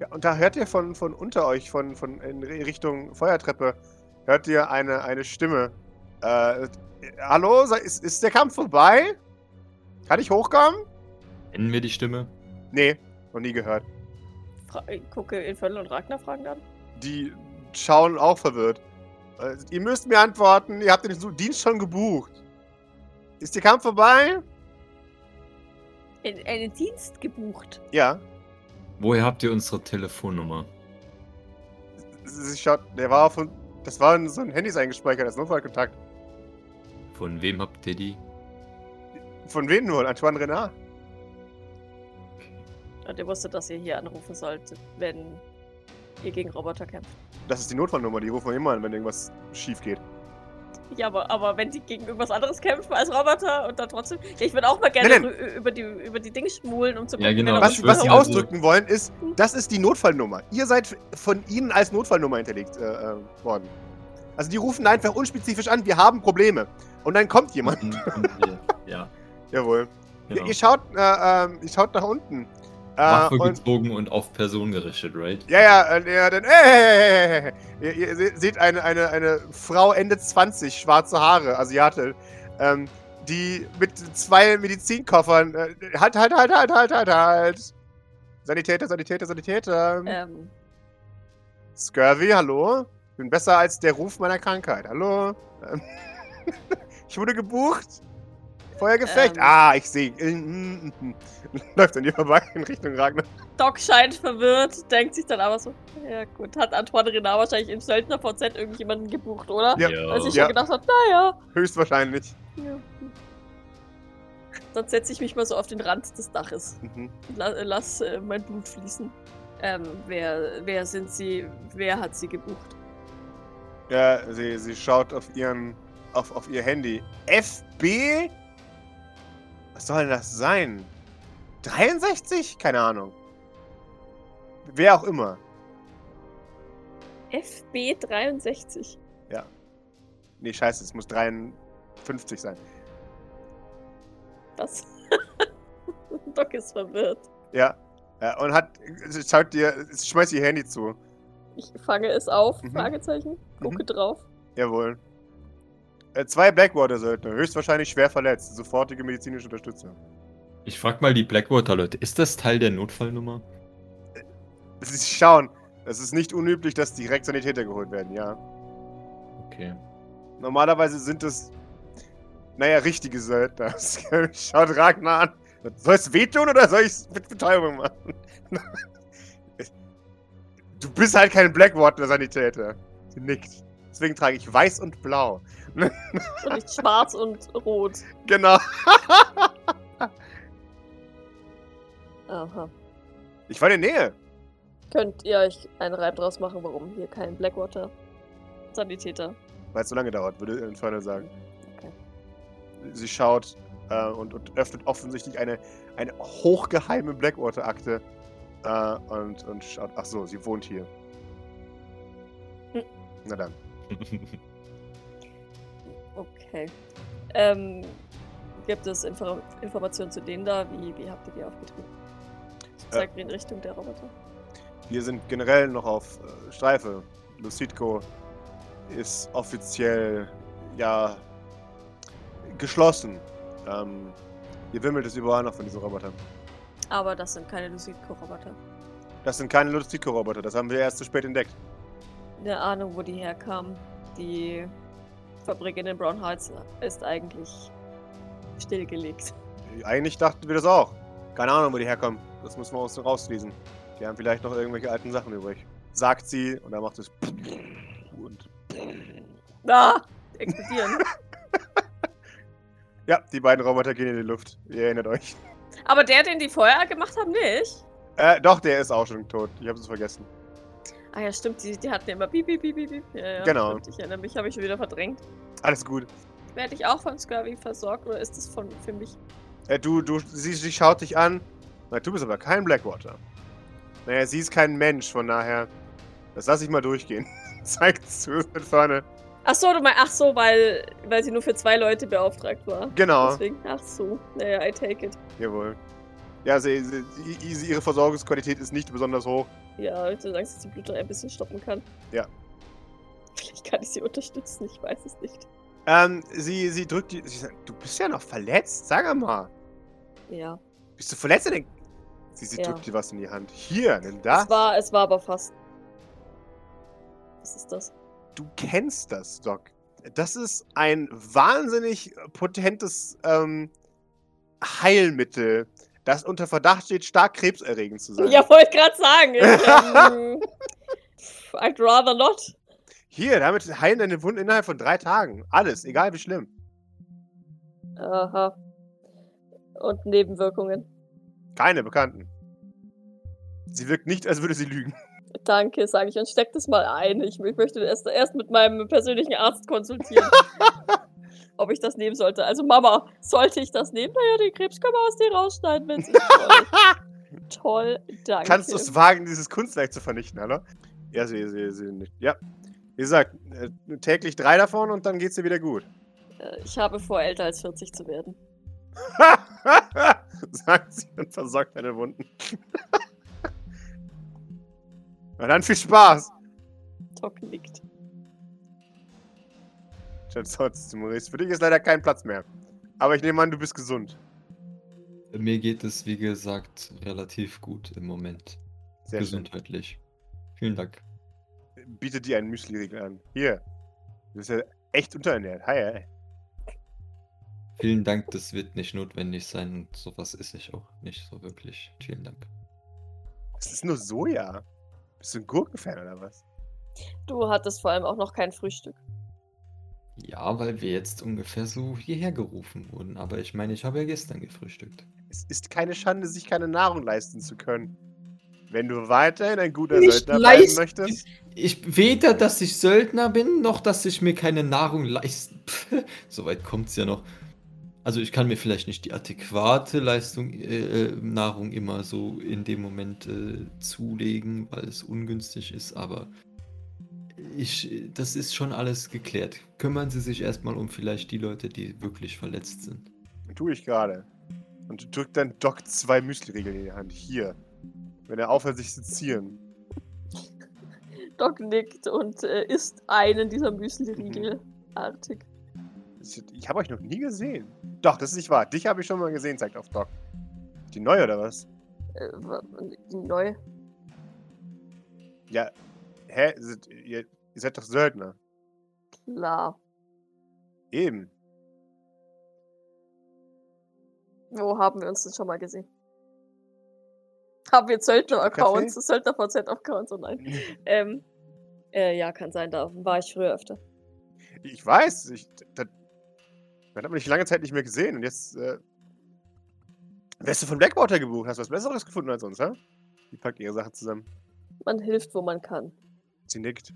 Speaker 3: Ja, und da hört ihr von, von unter euch, von, von in Richtung Feuertreppe, hört ihr eine, eine Stimme. Äh, hallo, sei- ist, ist der Kampf vorbei? Kann ich hochkommen?
Speaker 1: Kennen wir die Stimme?
Speaker 3: Nee, noch nie gehört.
Speaker 2: Fra ich gucke Infernal und Ragnar fragen an.
Speaker 3: Die schauen auch verwirrt. Äh, ihr müsst mir antworten, ihr habt den Su- Dienst schon gebucht. Ist der Kampf vorbei?
Speaker 2: In, einen Dienst gebucht.
Speaker 3: Ja.
Speaker 1: Woher habt ihr unsere Telefonnummer?
Speaker 3: Sie sie schaut, der war auf, das war in so ein Handys eingespeichert, als Notfallkontakt.
Speaker 1: Von wem habt ihr die?
Speaker 3: Von wem nur? Antoine Renard?
Speaker 2: Und ihr wusstet, dass ihr hier anrufen solltet, wenn ihr gegen Roboter kämpft.
Speaker 3: Das ist die Notfallnummer, die rufen wir immer an, wenn irgendwas schief geht.
Speaker 2: Ja, aber, aber wenn die gegen irgendwas anderes kämpfen als Roboter und dann trotzdem. Ja, ich würde auch mal gerne
Speaker 3: Nein, nein.
Speaker 2: drü- Über, die, über die Dinge schmulen, um zu
Speaker 1: Ja, genau.
Speaker 2: wer da
Speaker 1: Aber
Speaker 3: Was,
Speaker 1: ich
Speaker 2: unten
Speaker 3: was
Speaker 1: würd's
Speaker 3: sie
Speaker 1: mal
Speaker 2: ist.
Speaker 1: so-
Speaker 3: ausdrücken wollen, ist, das ist die Notfallnummer. Ihr seid von ihnen als Notfallnummer hinterlegt äh, äh, worden. Also die rufen einfach unspezifisch an, wir haben Probleme. Und dann kommt jemand.
Speaker 1: ja,
Speaker 3: Jawohl. Ihr,
Speaker 1: genau.
Speaker 3: ihr, schaut, äh, äh, ihr schaut nach unten. Äh,
Speaker 1: Waffe
Speaker 3: und,
Speaker 1: gezogen und auf Person gerichtet, right?
Speaker 3: ja, ja, äh, ja, dann, äh, ihr, ihr se- seht eine, eine, eine Frau Ende 20, schwarze Haare, Asiate, ähm, die mit zwei Medizinkoffern, äh, halt, halt, halt, halt, halt, halt, halt. Sanitäter, Sanitäter, Sanitäter.
Speaker 2: Ähm,
Speaker 3: Scurvy, hallo? Ich bin besser als der Ruf meiner Krankheit. Hallo? Ähm, ich wurde gebucht. Feuergefecht.
Speaker 2: Ähm.
Speaker 3: Ah, ich sehe. Mm, mm, mm. Läuft an dir vorbei in Richtung Ragnar.
Speaker 2: Doc scheint verwirrt, denkt sich dann aber so: Ja, gut, hat Antoine Renard wahrscheinlich im Söldner VZ irgendjemanden gebucht, oder?
Speaker 3: Ja,
Speaker 2: Weil sich
Speaker 3: Ja.
Speaker 2: schon gedacht hat: Naja.
Speaker 3: Höchstwahrscheinlich.
Speaker 2: Ja. Dann setze ich mich mal so auf den Rand des Daches.
Speaker 3: Mhm.
Speaker 2: La lass äh, mein Blut fließen. Ähm, wer, wer sind sie? Wer hat sie gebucht?
Speaker 3: Ja, sie, sie schaut auf, ihren, auf, auf ihr Handy. FB? Was soll denn das sein? 63? Keine Ahnung. Wer auch immer.
Speaker 2: FB63.
Speaker 3: Nee, scheiße, es muss 53 sein.
Speaker 2: Was? Doc ist verwirrt.
Speaker 3: Ja. ja und hat, schaut dir, schmeißt ihr Handy zu.
Speaker 2: Ich fange es auf,
Speaker 3: Mhm.
Speaker 2: Fragezeichen. Gucke drauf.
Speaker 3: Jawohl. Äh, zwei Blackwater-Söldner, höchstwahrscheinlich schwer verletzt. Sofortige medizinische Unterstützung.
Speaker 1: Ich frag mal die Blackwater-Leute, ist das Teil der Notfallnummer?
Speaker 3: Sie schauen, es ist nicht unüblich, dass direkt Sanitäter geholt werden, ja.
Speaker 1: Okay.
Speaker 3: Normalerweise sind es, naja, richtige Söldner. Schaut Ragnar an. Soll es wehtun oder soll ich es mit Betäubung machen? du bist halt kein Blackwater-Sanitäter. Sie nickt. Deswegen trage ich weiß und blau.
Speaker 2: Und nicht schwarz und rot.
Speaker 3: Genau.
Speaker 2: Aha.
Speaker 3: Ich war in der Nähe.
Speaker 2: Könnt ihr euch einen Reim draus machen, warum hier kein Blackwater Sanitäter?
Speaker 3: Weil es so lange dauert, würde Inferno sagen.
Speaker 2: Okay.
Speaker 3: Sie schaut äh, und, und öffnet offensichtlich eine, eine hochgeheime Blackwater-Akte äh, und, und schaut. Ach so, sie wohnt hier.
Speaker 2: Hm.
Speaker 3: Na dann.
Speaker 2: Okay. Ähm, gibt es Info Informationen zu denen da? Wie, wie habt ihr die aufgetrieben?
Speaker 3: Äh.
Speaker 2: Ich zeig mir in Richtung der Roboter.
Speaker 3: Wir sind generell noch auf äh, Streife. Lucidco ist offiziell ja geschlossen. Ähm, hier wimmelt es überall noch von diesen Robotern.
Speaker 2: Aber das sind keine Lucidco-Roboter.
Speaker 3: Das sind keine Lucidco-Roboter, das haben wir erst zu spät entdeckt.
Speaker 2: Eine Ahnung, wo die herkamen. Die Fabrik in den Brown Heights ist eigentlich stillgelegt.
Speaker 3: Eigentlich dachten wir das auch. Keine Ahnung, wo die herkommen. Das müssen wir uns noch rauslesen. Die haben vielleicht noch irgendwelche alten Sachen übrig. Sagt sie und dann macht es. Und
Speaker 2: Ah! Explodieren.
Speaker 3: ja, die beiden Roboter gehen in die Luft. Ihr erinnert euch.
Speaker 2: Aber der, den die vorher gemacht haben, nicht.
Speaker 3: Äh, doch, der ist auch schon tot. Ich habe es vergessen.
Speaker 2: Ah ja, stimmt, die, die hatten immer piep, piep, piep, piep, piep. Ja, ja,
Speaker 3: Genau.
Speaker 2: Stimmt, ich erinnere mich, habe ich schon wieder verdrängt.
Speaker 3: Alles gut.
Speaker 2: Werde ich auch von Scurvy versorgt oder ist das von, für mich?
Speaker 3: Äh, du, du, sie, sie schaut dich an. Na, du bist aber kein Blackwater. Naja, sie ist kein Mensch, von daher. Das lasse ich mal durchgehen. Zeigt zu mit vorne.
Speaker 2: Ach so, du mein, ach so, weil, weil sie nur für zwei Leute beauftragt war.
Speaker 3: Genau.
Speaker 2: Deswegen, ach so. Naja, I take it.
Speaker 3: Jawohl. Ja, sie, sie, sie, ihre Versorgungsqualität ist nicht besonders hoch.
Speaker 2: Ja, ich habe Angst, dass die Blutung ein bisschen stoppen kann.
Speaker 3: Ja.
Speaker 2: Vielleicht kann ich sie unterstützen, ich weiß es nicht.
Speaker 3: Ähm, sie, sie drückt die. Sie sagt, du bist ja noch verletzt? Sag mal.
Speaker 2: Ja.
Speaker 3: Bist du verletzt? Denn? Sie, sie
Speaker 2: Ja.
Speaker 3: drückt dir was in die Hand. Hier, nimm das.
Speaker 2: Es war, es war aber fast. Was ist das?
Speaker 3: Du kennst das, Doc. Das ist ein wahnsinnig potentes ähm, Heilmittel, das unter Verdacht steht, stark krebserregend zu sein.
Speaker 2: Ja, wollte gerade sagen. Ich, ähm, pff, I'd rather not.
Speaker 3: Hier, damit heilen deine Wunden innerhalb von drei Tagen. Alles, egal wie schlimm.
Speaker 2: Aha. Und Nebenwirkungen.
Speaker 3: Keine Bekannten. Sie wirkt nicht, als würde sie lügen.
Speaker 2: Danke, sage ich und steck das mal ein. Ich, ich möchte erst, erst mit meinem persönlichen Arzt konsultieren, ob ich das nehmen sollte. Also Mama, sollte ich das nehmen? Naja, den Krebs kann man aus dir rausschneiden, wenn es ist. Toll, danke.
Speaker 3: Kannst du es wagen, dieses Kunstwerk zu vernichten, Alter? Ja, sie, sie, sie nicht. Ja. Wie gesagt, äh, täglich drei davon und dann geht's dir wieder gut.
Speaker 2: Äh, Ich habe vor, älter als 40 zu werden.
Speaker 3: Sagt sie und versorgt deine Wunden. Na dann viel Spaß.
Speaker 2: Doc nickt.
Speaker 3: Schatz, Maurice. Für dich ist leider kein Platz mehr. Aber ich nehme an, du bist gesund.
Speaker 1: Mir geht es, wie gesagt, relativ gut im Moment.
Speaker 3: Sehr
Speaker 1: gesundheitlich. Vielen Dank.
Speaker 3: schön. Biete dir einen Müsli-Riegel an. Hier. Du bist ja echt unterernährt. Hi, ey.
Speaker 1: Vielen Dank, das wird nicht notwendig sein und sowas esse ich auch nicht so wirklich. Vielen Dank.
Speaker 3: Das ist nur Soja. Bist du ein Gurkenfan oder was?
Speaker 2: Du hattest vor allem auch noch kein Frühstück.
Speaker 1: Ja, weil wir jetzt ungefähr so hierher gerufen wurden, aber ich meine, ich habe ja gestern gefrühstückt.
Speaker 3: Es ist keine Schande, sich keine Nahrung leisten zu können. Wenn du weiterhin ein guter
Speaker 1: Nicht
Speaker 3: Söldner
Speaker 1: leisten.
Speaker 3: bleiben möchtest.
Speaker 1: Ich weder, dass ich Söldner bin, noch dass ich mir keine Nahrung leisten. Soweit kommt es ja noch. Also ich kann mir vielleicht nicht die adäquate Leistung äh, äh, Nahrung immer so in dem Moment äh, zulegen, weil es ungünstig ist, aber ich, äh, das ist schon alles geklärt. Kümmern Sie sich erstmal um vielleicht die Leute, die wirklich verletzt sind.
Speaker 3: Tue ich gerade. Und drückt dann Doc zwei Müsli-Riegel in die Hand. Hier. Wenn er aufhört, sich zu zieren.
Speaker 2: Doc nickt und äh, isst einen dieser Müsli-Riegel. Artig.
Speaker 3: Ich, ich habe euch noch nie gesehen. Doch, das ist nicht wahr. Dich habe ich schon mal gesehen, sagt auf Doc. Die neue oder was?
Speaker 2: Äh, wa- die neue.
Speaker 3: Ja. Hä? Seid- Ihr, ihr seid doch Söldner.
Speaker 2: Klar.
Speaker 3: Eben.
Speaker 2: Wo haben wir uns denn schon mal gesehen? Haben wir Söldner-Accounts? Söldner-VZ-Accounts? Oh nein. Ähm, äh, ja, kann sein, da war ich früher öfter.
Speaker 3: Ich weiß. Ich, das, man hat mich lange Zeit nicht mehr gesehen. Und jetzt. Äh, wärst du von Blackwater gebucht? Hast du was Besseres gefunden als uns, hä? Die packt ihre Sachen zusammen.
Speaker 2: Man hilft, wo man kann.
Speaker 3: Sie nickt.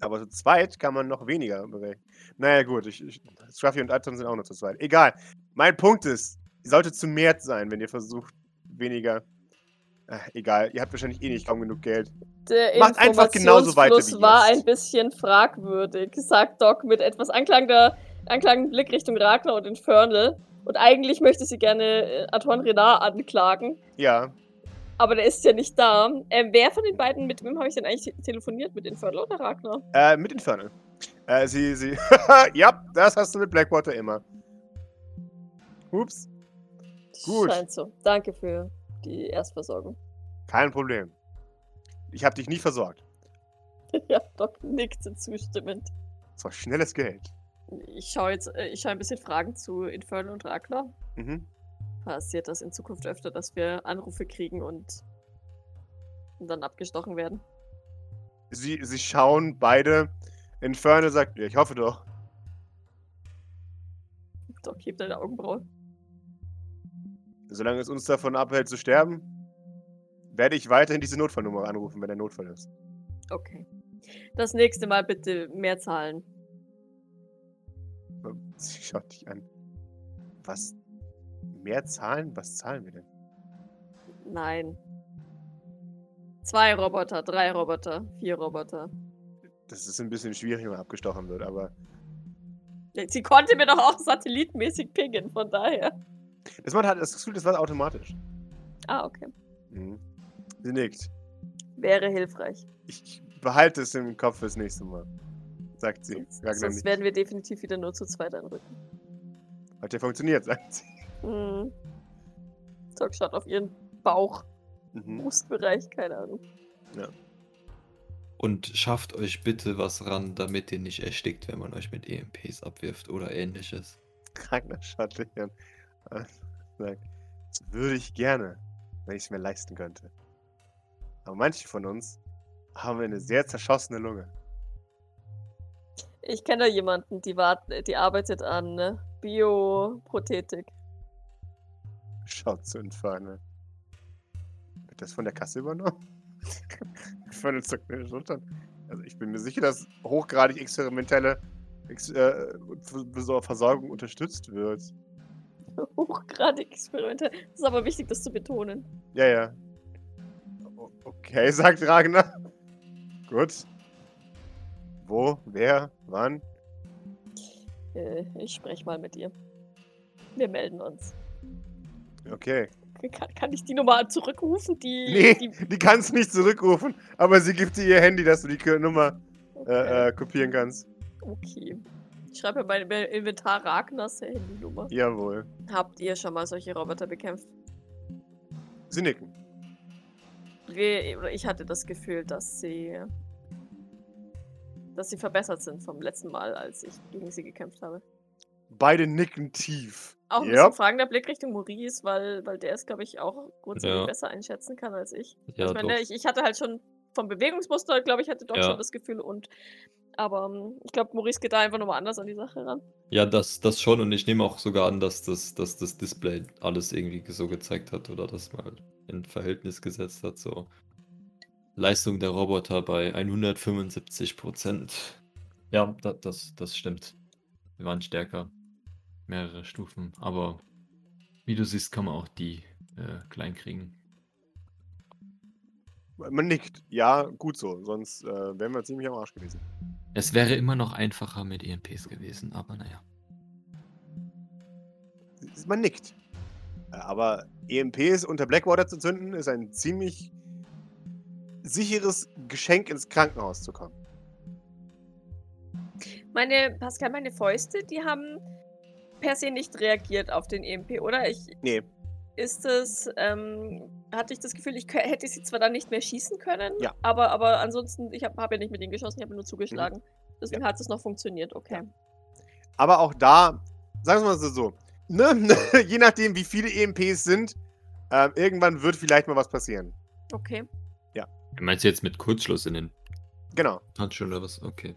Speaker 3: Aber zu zweit kann man noch weniger bewegen. Naja, gut, ich, ich, Scruffy und Atom sind auch nur zu zweit. Egal. Mein Punkt ist, ihr solltet zu mehr sein, wenn ihr versucht, weniger. Ach, egal, ihr habt wahrscheinlich eh nicht kaum genug Geld.
Speaker 2: Der
Speaker 3: Macht einfach genauso weiter wie
Speaker 2: Informationsfluss war
Speaker 3: jetzt.
Speaker 2: ein bisschen fragwürdig, sagt Doc mit etwas anklagender, anklagenden Blick Richtung Ragnar und Infernal. Und eigentlich möchte sie gerne äh, Antoine Renard anklagen,
Speaker 3: Ja,
Speaker 2: aber der ist ja nicht da. Ähm, wer von den beiden, mit wem habe ich denn eigentlich te- telefoniert? Mit Infernal oder Ragnar?
Speaker 3: äh, mit Infernal. Äh, sie, sie. ja, das hast du mit Blackwater immer. Ups, Gut.
Speaker 2: Scheint so. Danke für die Erstversorgung.
Speaker 3: kein Problem. Ich hab dich nie versorgt.
Speaker 2: ja, Doc nickte zustimmend.
Speaker 3: Es war schnelles Geld.
Speaker 2: Ich schaue jetzt, äh, ich schaue ein bisschen Fragen zu Infernal und Ragnar.
Speaker 3: Mhm.
Speaker 2: passiert das in Zukunft öfter, dass wir Anrufe kriegen und, und dann abgestochen werden.
Speaker 3: Sie, sie schauen beide. Infernal sagt, ja, ich hoffe doch.
Speaker 2: Doc hebt deine Augenbraue.
Speaker 3: Solange es uns davon abhält zu sterben, werde ich weiterhin diese Notfallnummer anrufen, wenn der Notfall ist.
Speaker 2: Okay. Das nächste Mal bitte mehr Zahlen.
Speaker 3: Sie schaut dich an. Was? Mehr Zahlen? Was zahlen wir denn?
Speaker 2: Nein. Zwei Roboter, drei Roboter, vier Roboter.
Speaker 3: Das ist ein bisschen schwierig, wenn man abgestochen wird, aber
Speaker 2: Sie konnte mir doch auch satellitmäßig pingen, von daher.
Speaker 3: das man hat das Gefühl, das war automatisch.
Speaker 2: Ah, okay.
Speaker 3: Mhm. Sie nickt.
Speaker 2: Wäre hilfreich.
Speaker 3: Ich behalte es im Kopf fürs nächste Mal, sagt sie.
Speaker 2: Sonst,
Speaker 3: Ragnar
Speaker 2: sonst
Speaker 3: nickt.
Speaker 2: werden wir definitiv wieder nur zu zweit anrücken.
Speaker 3: Hat ja funktioniert, sagt sie.
Speaker 2: Hm. Doc schaut auf ihren Bauch,
Speaker 3: Mhm.
Speaker 2: Brustbereich, keine Ahnung.
Speaker 1: Und schafft euch bitte was ran, damit ihr nicht erstickt, wenn man euch mit EMPs abwirft oder ähnliches.
Speaker 3: Ragnar schaut dich an. und sagt, Das würde ich gerne, wenn ich es mir leisten könnte. Aber manche von uns haben eine sehr zerschossene Lunge.
Speaker 2: Ich kenne da jemanden, die, wart, die arbeitet an ne, Bioprothetik.
Speaker 3: ne? Schaut zu Infernal. Wird das von der Kasse übernommen? Völlig zuckt mir die Schultern. Also ich bin mir sicher, dass hochgradig experimentelle Ex äh, Vers- Versorgung unterstützt wird.
Speaker 2: Hochgradig Experimente. Das ist aber wichtig, das zu betonen.
Speaker 3: Ja, ja. O- Okay, sagt Ragnar. Gut. Wo, wer, wann?
Speaker 2: Äh, ich spreche mal mit ihr. Wir melden uns.
Speaker 3: Okay.
Speaker 2: Kann, kann ich die Nummer zurückrufen? Die,
Speaker 3: Nee,
Speaker 2: die
Speaker 3: die kannst nicht zurückrufen, aber sie gibt dir ihr Handy, dass du die Kö- Nummer
Speaker 2: okay.
Speaker 3: äh, äh, kopieren kannst.
Speaker 2: okay. Ich schreibe mir mein Inventar Ragnars Handynummer.
Speaker 3: Jawohl.
Speaker 2: Habt ihr schon mal solche Roboter bekämpft?
Speaker 3: Sie nicken.
Speaker 2: Wir, oder ich hatte das Gefühl, dass sie. dass sie verbessert sind vom letzten Mal, als ich gegen sie gekämpft habe.
Speaker 3: Beide nicken tief.
Speaker 2: Auch ein
Speaker 3: Yep.
Speaker 2: bisschen fragender Blick Richtung Maurice, weil, weil der es, glaube ich, auch grundsätzlich
Speaker 1: Ja.
Speaker 2: besser einschätzen kann als ich.
Speaker 1: Ja,
Speaker 2: ich meine,
Speaker 1: doch.
Speaker 2: ich, ich hatte halt schon vom Bewegungsmuster, glaube ich, hatte doch
Speaker 1: Ja.
Speaker 2: schon das Gefühl und. Aber ähm, ich glaube, Maurice geht da einfach nochmal anders an die Sache ran.
Speaker 1: Ja, das, das schon. Und ich nehme auch sogar an, dass das, dass das Display alles irgendwie so gezeigt hat oder das mal in Verhältnis gesetzt hat. So Leistung der Roboter bei 175 Prozent. Ja, da, das, das stimmt. Wir waren stärker. Mehrere Stufen. Aber wie du siehst, kann man auch die äh, klein kriegen.
Speaker 3: Man nickt. Ja, gut so. Sonst äh, wären wir ziemlich am Arsch gewesen.
Speaker 1: Es wäre immer noch einfacher mit EMPs gewesen, aber naja.
Speaker 3: Man nickt. Äh, Aber EMPs unter Blackwater zu zünden, ist ein ziemlich sicheres Geschenk ins Krankenhaus zu kommen.
Speaker 2: Meine, Pascal, meine Fäuste, die haben per se nicht reagiert auf den EMP, oder? Ich,
Speaker 3: Nee.
Speaker 2: Ist es, ähm, hatte ich das Gefühl, ich kö- hätte sie zwar dann nicht mehr schießen können,
Speaker 3: Ja.
Speaker 2: aber, aber ansonsten, ich habe hab ja nicht mit ihnen geschossen, ich habe nur zugeschlagen.
Speaker 3: Mhm.
Speaker 2: Deswegen hat es noch funktioniert, okay.
Speaker 3: Aber auch da, sagen wir mal so, ne? je nachdem, wie viele EMPs sind, ähm, irgendwann wird vielleicht mal was passieren.
Speaker 2: Okay.
Speaker 1: Meinst du jetzt mit Kurzschluss in den
Speaker 3: Genau.
Speaker 1: Handschuhen oder was? Okay.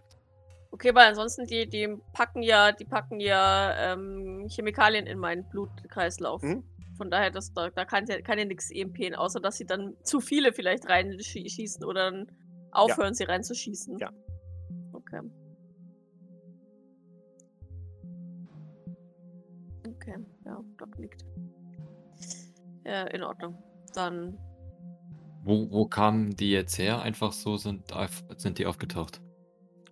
Speaker 2: Okay, weil ansonsten, die, die packen ja, die packen ja ähm, Chemikalien in meinen Blutkreislauf.
Speaker 3: Mhm.
Speaker 2: Von daher, das, da, da kann ja, kann ja nichts EMPen, außer dass sie dann zu viele vielleicht reinschießen oder dann aufhören, sie reinzuschießen.
Speaker 3: Ja.
Speaker 2: Okay. Okay, ja, Doc liegt. Ja, in Ordnung. Dann
Speaker 1: Wo, wo kamen die jetzt her? Einfach so sind, auf- sind die aufgetaucht.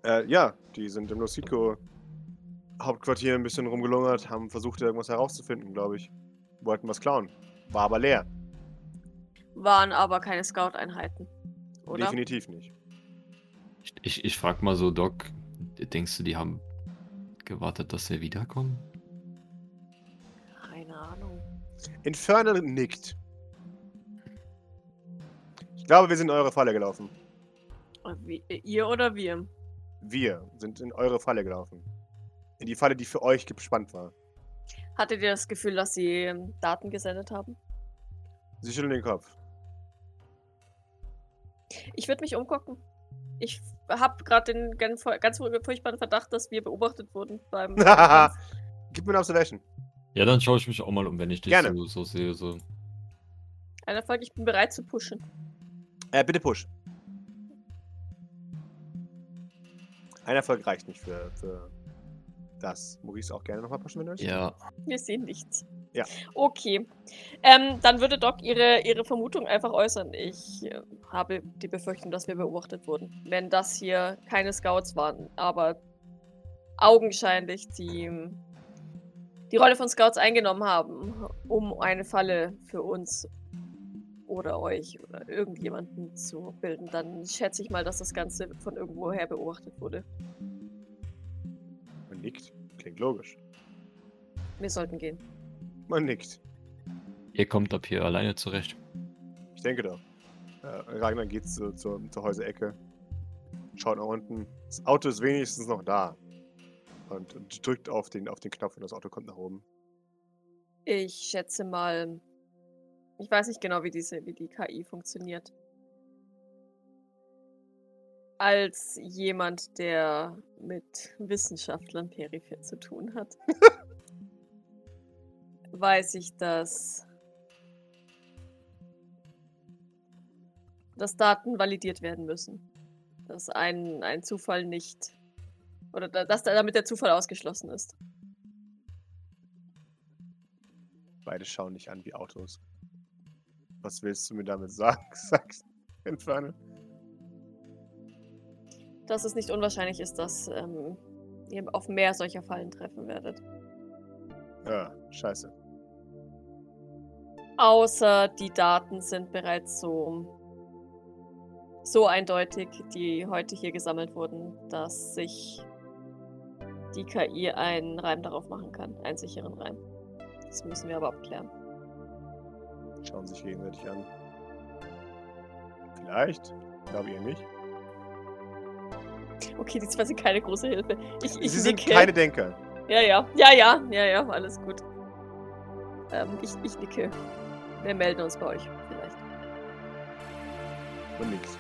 Speaker 3: Äh, ja, die sind im Nosico Hauptquartier ein bisschen rumgelungert, haben versucht, irgendwas herauszufinden, glaube ich. Wollten was klauen. War aber leer.
Speaker 2: waren aber keine Scout-Einheiten, oder?
Speaker 3: Definitiv nicht.
Speaker 1: Ich, ich, ich frag mal so, Doc, denkst du, die haben gewartet, dass wir wiederkommen?
Speaker 2: Keine Ahnung.
Speaker 3: Infernal nickt. Ich glaube, wir sind in eure Falle gelaufen.
Speaker 2: Äh, Wie, ihr oder wir?
Speaker 3: Wir sind in eure Falle gelaufen. In die Falle, die für euch gespannt war.
Speaker 2: Hattet ihr das Gefühl, dass sie ähm, Daten gesendet haben?
Speaker 3: Sie schütteln den Kopf.
Speaker 2: Ich würde mich umgucken. Ich habe gerade den gan- fur- ganz fur- furchtbaren Verdacht, dass wir beobachtet wurden beim. beim Tanz.
Speaker 3: Gib mir eine Observation.
Speaker 1: Ja, dann schaue ich mich auch mal um, wenn ich dich
Speaker 3: Gerne.
Speaker 1: so, so sehe. So.
Speaker 2: Ein Erfolg, ich bin bereit zu pushen.
Speaker 3: Äh, bitte push. Ein Erfolg reicht nicht für, für das. Maurice auch gerne nochmal pushen, wenn du möchtest.
Speaker 1: Ja,
Speaker 2: Wir sehen nichts.
Speaker 3: Ja.
Speaker 2: Okay. Ähm, dann würde Doc ihre, ihre Vermutung einfach äußern. Ich äh, habe die Befürchtung, dass wir beobachtet wurden. Wenn das hier keine Scouts waren, aber augenscheinlich die, die Rolle von Scouts eingenommen haben, um eine Falle für uns oder euch oder irgendjemanden zu bilden, dann schätze ich mal, dass das Ganze von irgendwoher beobachtet wurde.
Speaker 3: Man nickt. Klingt logisch.
Speaker 2: Wir sollten gehen.
Speaker 3: Man nickt.
Speaker 1: ihr kommt ab hier alleine zurecht.
Speaker 3: Ich denke doch. Äh, Ragnar geht zu, zur, zur Häuserecke. Schaut nach unten. Das Auto ist wenigstens noch da. Und, und drückt auf den, auf den Knopf und das Auto kommt nach oben.
Speaker 2: Ich schätze mal, ich weiß nicht genau, wie diese, wie die KI funktioniert. Als jemand, der mit Wissenschaftlern peripher zu tun hat, weiß ich, dass dass Daten validiert werden müssen. Dass ein, ein Zufall nicht. Oder da, dass da- damit der Zufall ausgeschlossen ist.
Speaker 3: Beide schauen nicht an wie Autos. Was willst du mir damit sagen? Sagst Entferne.
Speaker 2: Dass es nicht unwahrscheinlich ist, dass ähm, ihr auf mehr solcher Fallen treffen werdet.
Speaker 3: Ja, scheiße.
Speaker 2: Außer die Daten sind bereits so, so eindeutig, die heute hier gesammelt wurden, dass sich die KI einen Reim darauf machen kann. Einen sicheren Reim. Das müssen wir aber abklären.
Speaker 3: Schauen sich gegenseitig an. Vielleicht. Glaube ihr nicht.
Speaker 2: Okay, die zwei sind keine große Hilfe. Ich, ich
Speaker 3: Sie sind
Speaker 2: nicke.
Speaker 3: keine Denker.
Speaker 2: Ja, ja, ja, ja, ja, ja, alles gut. Ähm, ich, ich nicke. Wir melden uns bei euch, vielleicht.
Speaker 3: Und nix.